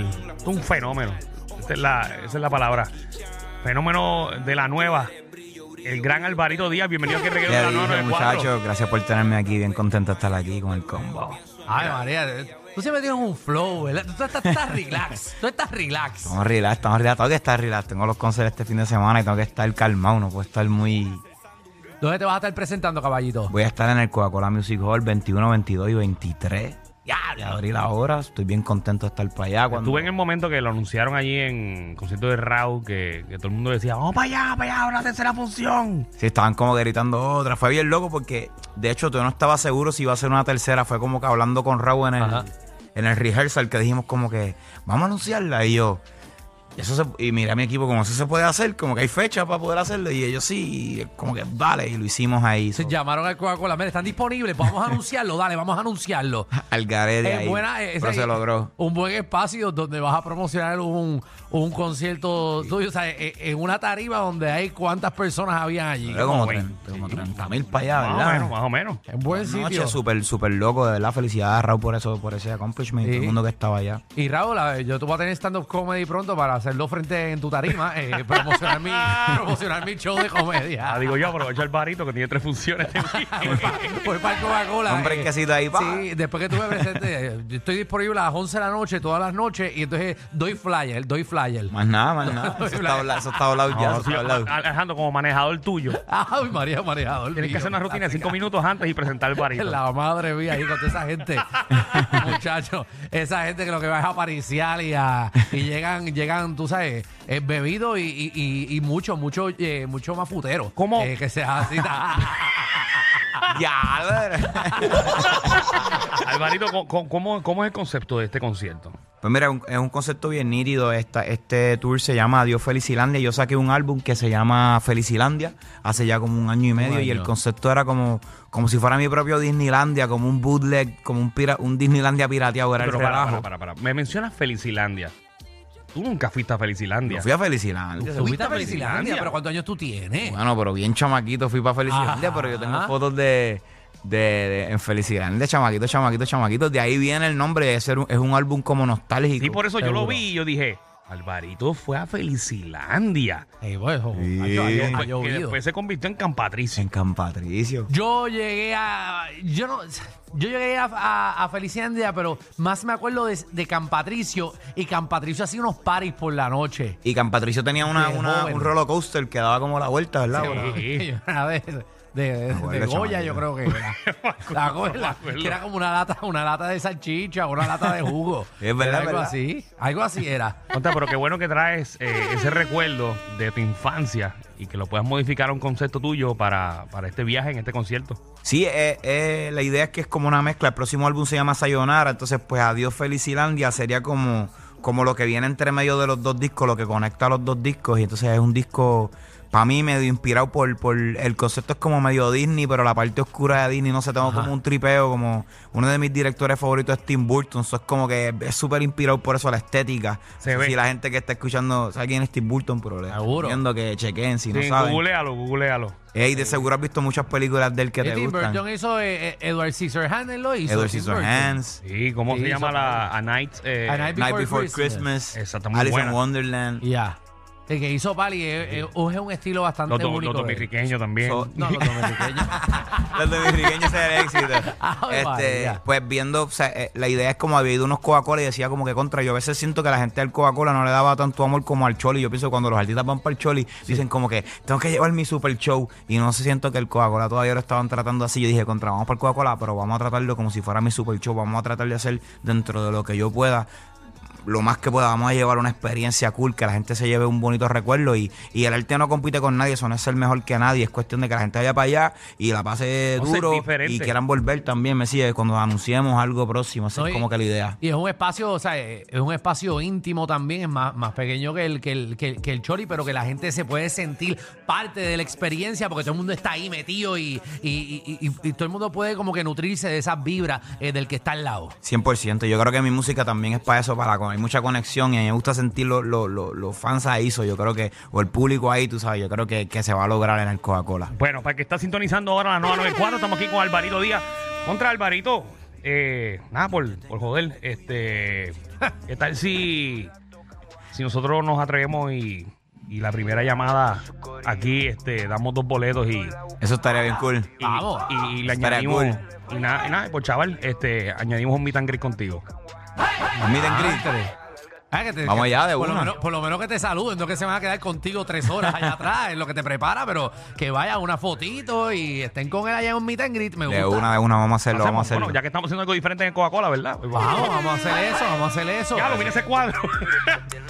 Esto es un fenómeno. Esta es la, esa es la palabra. Fenómeno de la nueva. El gran Alvarito Díaz, bienvenido aquí al reguero de la Ya dije, 994. muchachos, gracias por tenerme aquí. Bien contento de estar aquí con el combo. Ay, María, eh, tú siempre tienes un flow, ¿verdad? Tú estás, tú estás relax, tú estás relax. Estamos relax, estamos relax. Tengo que estar relax. Tengo los concerts este fin de semana y tengo que estar calmado. No puedo estar muy. ¿Dónde te vas a estar presentando, caballito? Voy a estar en el Coca-Cola Music Hall 21, 22 y 23. Ya, de abril ahora. Estoy bien contento de estar para allá. Cuando... Estuve en el momento que lo anunciaron allí en concierto de Raúl, que, que todo el mundo decía, vamos para allá, para allá, una tercera función. Sí, estaban como gritando otra. Fue bien loco porque, de hecho, yo no estaba seguro si iba a ser una tercera. Fue como que hablando con Raúl en Ajá. el, en el rehearsal que dijimos como que vamos a anunciarla. Y yo, eso se- y mira mi equipo, como eso se puede hacer, como que hay fecha para poder hacerlo. Y ellos sí, como que vale, y lo hicimos ahí. Se So, llamaron al Coca-Cola, mira, están disponibles, vamos a anunciarlo, dale, vamos a anunciarlo. al garete Es ahí. buena, eh, pero ese- se logró. Un buen espacio donde vas a promocionar un, un concierto tuyo, o sea, eh, en una tarima donde hay cuántas personas habían allí. Era como como 30, como 30 mil para allá, Más o Ah, ¿verdad? menos, más o menos. En buen sitio. Noche súper, súper loco, de verdad. Felicidades a Raúl por eso, por ese accomplishment y Sí. todo el mundo que estaba allá. Y Raúl, a ver, yo te voy a tener stand-up comedy pronto para hacerlo frente en tu tarima, eh, promocionar, mi, promocionar mi show de comedia. Ah, digo yo, aprovecho el barito que tiene tres funciones. de Voy para, Coca-Cola. Un brequecito ahí, pa. Sí, después que tú me presentes, eh, yo estoy disponible a las 11 de la noche, todas las noches, y entonces doy flyer, doy flyer. Más nada, más nada. Eso está hablado, eso está hablado ya, No, eso sí, ah, está hablado. Alejandro, como manejador tuyo, Ay, María, María, tienes que hacer una rutina de cinco minutos antes y presentar el barito. La madre mía, ahí con toda esa gente, muchachos, esa gente que lo que va es a pariciar y, a, y llegan, llegan, tú sabes, eh, bebido y, y, y, y mucho, mucho, eh, mucho más futero. ¿Cómo? Eh, que se así. Ah, ah. Ya, Alvarito, ¿cómo- ¿cómo, cómo, cómo es el concepto de este concierto? Pues mira, un- es un concepto bien nítido. Esta, este tour se llama Adiós Felicilandia. Yo saqué un álbum que se llama Felicilandia hace ya como un Oh, año y medio y el año. concepto era como, como si fuera mi propio Disneylandia, como un bootleg, como un, pira- un Disneylandia pirateado. Era el Pero para, relajo. para, para, para. Me mencionas Felicilandia. Tú nunca fuiste a Felicilandia. Yo fui a Felicilandia. Subiste a a Felicilandia? Felicilandia, pero ¿cuántos años tú tienes? Bueno, pero bien chamaquito fui para Felicilandia, Ajá. pero yo tengo fotos de, de, de- en Felicilandia, chamaquito, chamaquito, chamaquito. De ahí viene el nombre, es, ser un- es un álbum como nostálgico. Sí, por eso yo lo Seguro. vi y yo dije, Alvarito fue a Felicilandia. Ey, pues, jo, Sí. ha llo- ha llo- ha Después- que llovido. después se convirtió en Campatricio. En Campatricio. Yo llegué a. Yo no. Yo llegué a, a, a Feliciandia, pero más me acuerdo de, de Campatricio. Y Campatricio hacía unos paris por la noche. Y Campatricio tenía una, Sí, una- joven. un roller coaster que daba como la vuelta, ¿verdad? Sí. Bueno, Y yo Una vez. De, de, acuerdo, de Goya, chamaquito. yo creo que era. ¿Te acuerdas? acuerdo. Que era como una lata, una lata de salchicha, una lata de jugo. Es verdad, Era algo verdad. así. Algo así era. Conta, pero qué bueno que traes eh, ese recuerdo de tu infancia y que lo puedas modificar a un concepto tuyo para, para este viaje, en este concierto. Sí, eh, eh, la idea es que es como una mezcla. El próximo álbum se llama Sayonara, entonces pues Adiós Felicilandia sería como, como lo que viene entre medio de los dos discos, lo que conecta los dos discos. Y entonces es un disco, para mí, medio inspirado por, por... El concepto es como medio Disney, pero la parte oscura de Disney, no sé, tengo como un tripeo, como uno de mis directores favoritos es Tim Burton. Eso es como que es súper inspirado por eso, la estética. Se No sé ve. Si la gente que está escuchando sabe quién es Tim Burton, pero le Seguro. recomiendo que chequen si no Sí, saben. googlealo, googlealo. Ey, de seguro has visto muchas películas del que Y te Tim gustan. Burton hizo. eh, eh, Edward Scissorhands él lo hizo. Edward Tim Scissorhands, Sí, ¿cómo Sí, se llama son- la A Night? eh, A Night Night Before Before Christmas, Esa está muy Alice buena. in Wonderland. Burton. Ya. El que hizo Pali es, es- es un estilo bastante los, do- los único. de él. dominicanos también. So- No, los dominicanos. Los dominicanos era el éxito. Ave este, María. pues viendo, o sea, eh, la idea es como había ido unos Coca-Cola y decía como que contra. Yo a veces siento que la gente del Coca-Cola no le daba tanto amor como al Choli. Yo pienso que cuando los artistas van para el Choli, dicen como que tengo que llevar mi super show. Y no se siento que el Coca-Cola todavía lo estaban tratando así. Yo dije, contra, vamos para el Coca-Cola, pero vamos a tratarlo como si fuera mi super show. Vamos a tratar de hacer dentro de lo que yo pueda lo más que pueda, vamos a llevar una experiencia cool, que la gente se lleve un bonito recuerdo y, y el arte no compite con nadie, eso no es ser mejor que nadie, es cuestión de que la gente vaya para allá y la pase O ser duro diferente. y quieran volver también, me sigue, cuando anunciemos algo próximo, esa No, es y- como que la idea. Y es un espacio, o sea, eh, es un espacio íntimo también, es más, más pequeño que el, que, el, que, el- que el Choli, pero que la gente se puede sentir parte de la experiencia porque todo el mundo está ahí metido y, y, y- y- y todo el mundo puede como que nutrirse de esas vibras eh, del que está al lado. 100%, yo creo que mi música también es para eso, para con- hay mucha conexión y a mí me gusta sentir los lo, lo- los fans ahí, so yo creo que, o el público ahí, tú sabes, yo creo que, que se va a lograr en el Coca-Cola. Bueno, para el que está sintonizando ahora la 994, estamos aquí con Alvarito Díaz. Contra Alvarito, eh, nada, por, por joder, este, ¿qué tal si si nosotros nos atrevemos y, y la primera llamada aquí este, damos dos boletos y, y- Eso estaría bien cool. Vamos. y, le Estaría añadimos. cool. Y nada, y nada, pues chaval, este, añadimos un meet and greet contigo. Miren, Gris. Ah, que te- Vamos que- allá, de por lo, una. menos, por lo menos que te saluden, no que se van a quedar contigo tres horas allá atrás en lo que te prepara, pero que vaya una fotito y estén con él allá en un meet and greet, me gusta. De una, de una, vamos a hacerlo, Hacemos- vamos a hacerlo. Bueno, ya que estamos haciendo algo diferente en Coca-Cola, ¿verdad? Pues Vamos, vamos a hacer eso, vamos a hacer eso. Ya lo mira ese cuadro.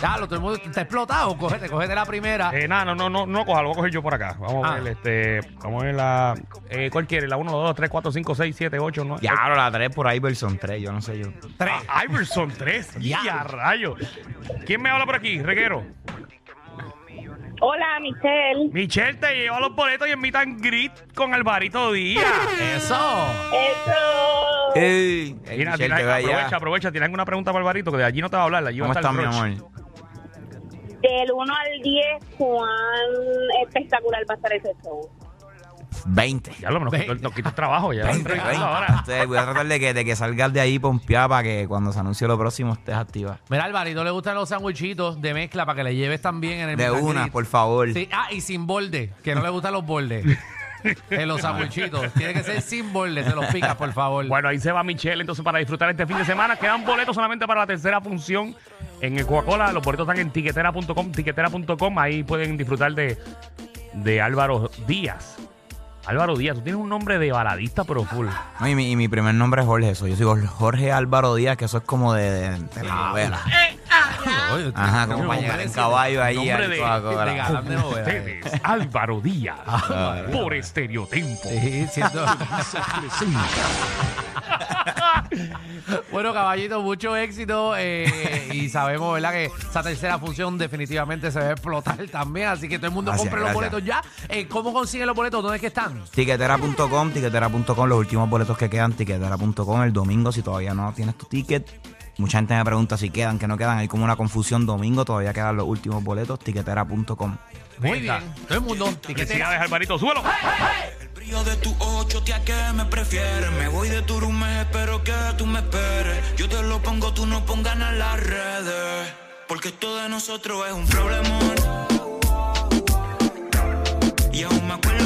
Ya lo, todo el mundo está explotado, cógete, cógete la primera. Eh, nada, no, no, no, no coja, lo voy a coger yo por acá. Vamos a Ah. ver, este, vamos a ver la. Eh, ¿Cuál quiere? La 1, 2, 3, 4, 5, 6, 7, 8, 9. Ya, ahora la tres por ahí, Berson tres, yo no sé yo. Tres. Ah, Iverson 3. Ya. ya, rayo. ¿Quién me habla por aquí? Reguero. Hola, Michelle. Michelle te lleva los boletos y invitan grit con Alvarito Díaz. Eso. Eso. Ey, ey, Mira, Michelle, tira- te ve allá. aprovecha, aprovecha. Tienes alguna pregunta para Alvarito que de allí no te va a hablar. Allí va ¿Cómo a estar estás, mi el Roch. amor? Del 1 al 10, ¿cuán espectacular va a estar ese show? 20. Ya lo nos quitó, el- nos quitó el trabajo. Ya. 20, 20. Ahora. Entonces, voy a tratar de que, de que salgas de ahí pompeada para que cuando se anuncie lo próximo estés activa. Mira, Alvarito le gustan los sándwichitos de mezcla para que le lleves también en el De meet and una, pues. greet. por favor. Sí, ah, y sin borde, que no le gustan los bordes. En los sándwichitos. Tiene que ser sin borde, te los picas, por favor. Bueno, ahí se va Michelle entonces para disfrutar este fin de semana. Quedan boletos solamente para la tercera función en el Coca-Cola. Los boletos están en tiquetera.com, tiquetera.com. Ahí pueden disfrutar de, de Álvaro Díaz. Álvaro Díaz, tú tienes un nombre de baladista, pero full. No, y, mi, y mi primer nombre es Jorge, eso. Yo soy Jorge Álvaro Díaz, que eso es como de, de, de Ah. novela. Oye, Ajá, tío, como no, para llegar hombre, en sí, caballo ahí. nombre al de- Coca-Cola. de galán de novela, eh. Ustedes, Álvaro Díaz, por estereotipo. Ah, Sí, siento- bueno, caballito, mucho éxito. eh, y sabemos, ¿verdad?, que esa tercera función definitivamente se va a explotar también. Así que todo el mundo Gracias, compre los gracias. boletos ya. Eh, ¿Cómo consiguen los boletos? ¿Dónde es que están? Tiquetera.com, tiquetera.com, los últimos boletos que quedan, tiquetera.com el domingo, si todavía no tienes tu ticket. Mucha gente me pregunta si quedan, que no quedan, hay como una confusión domingo, todavía quedan los últimos boletos, tiquetera.com. Muy Venga. bien. Todo el mundo. tiquetera. Felicidades, Alvarito, súbelo. Brillo de tu ocho, tía, que me prefieres. Me voy de tu room, espero que tú me esperes. Yo te lo pongo, tú no pongas nada en las redes. Porque esto de nosotros es un problemón. Y aún me acuerdo.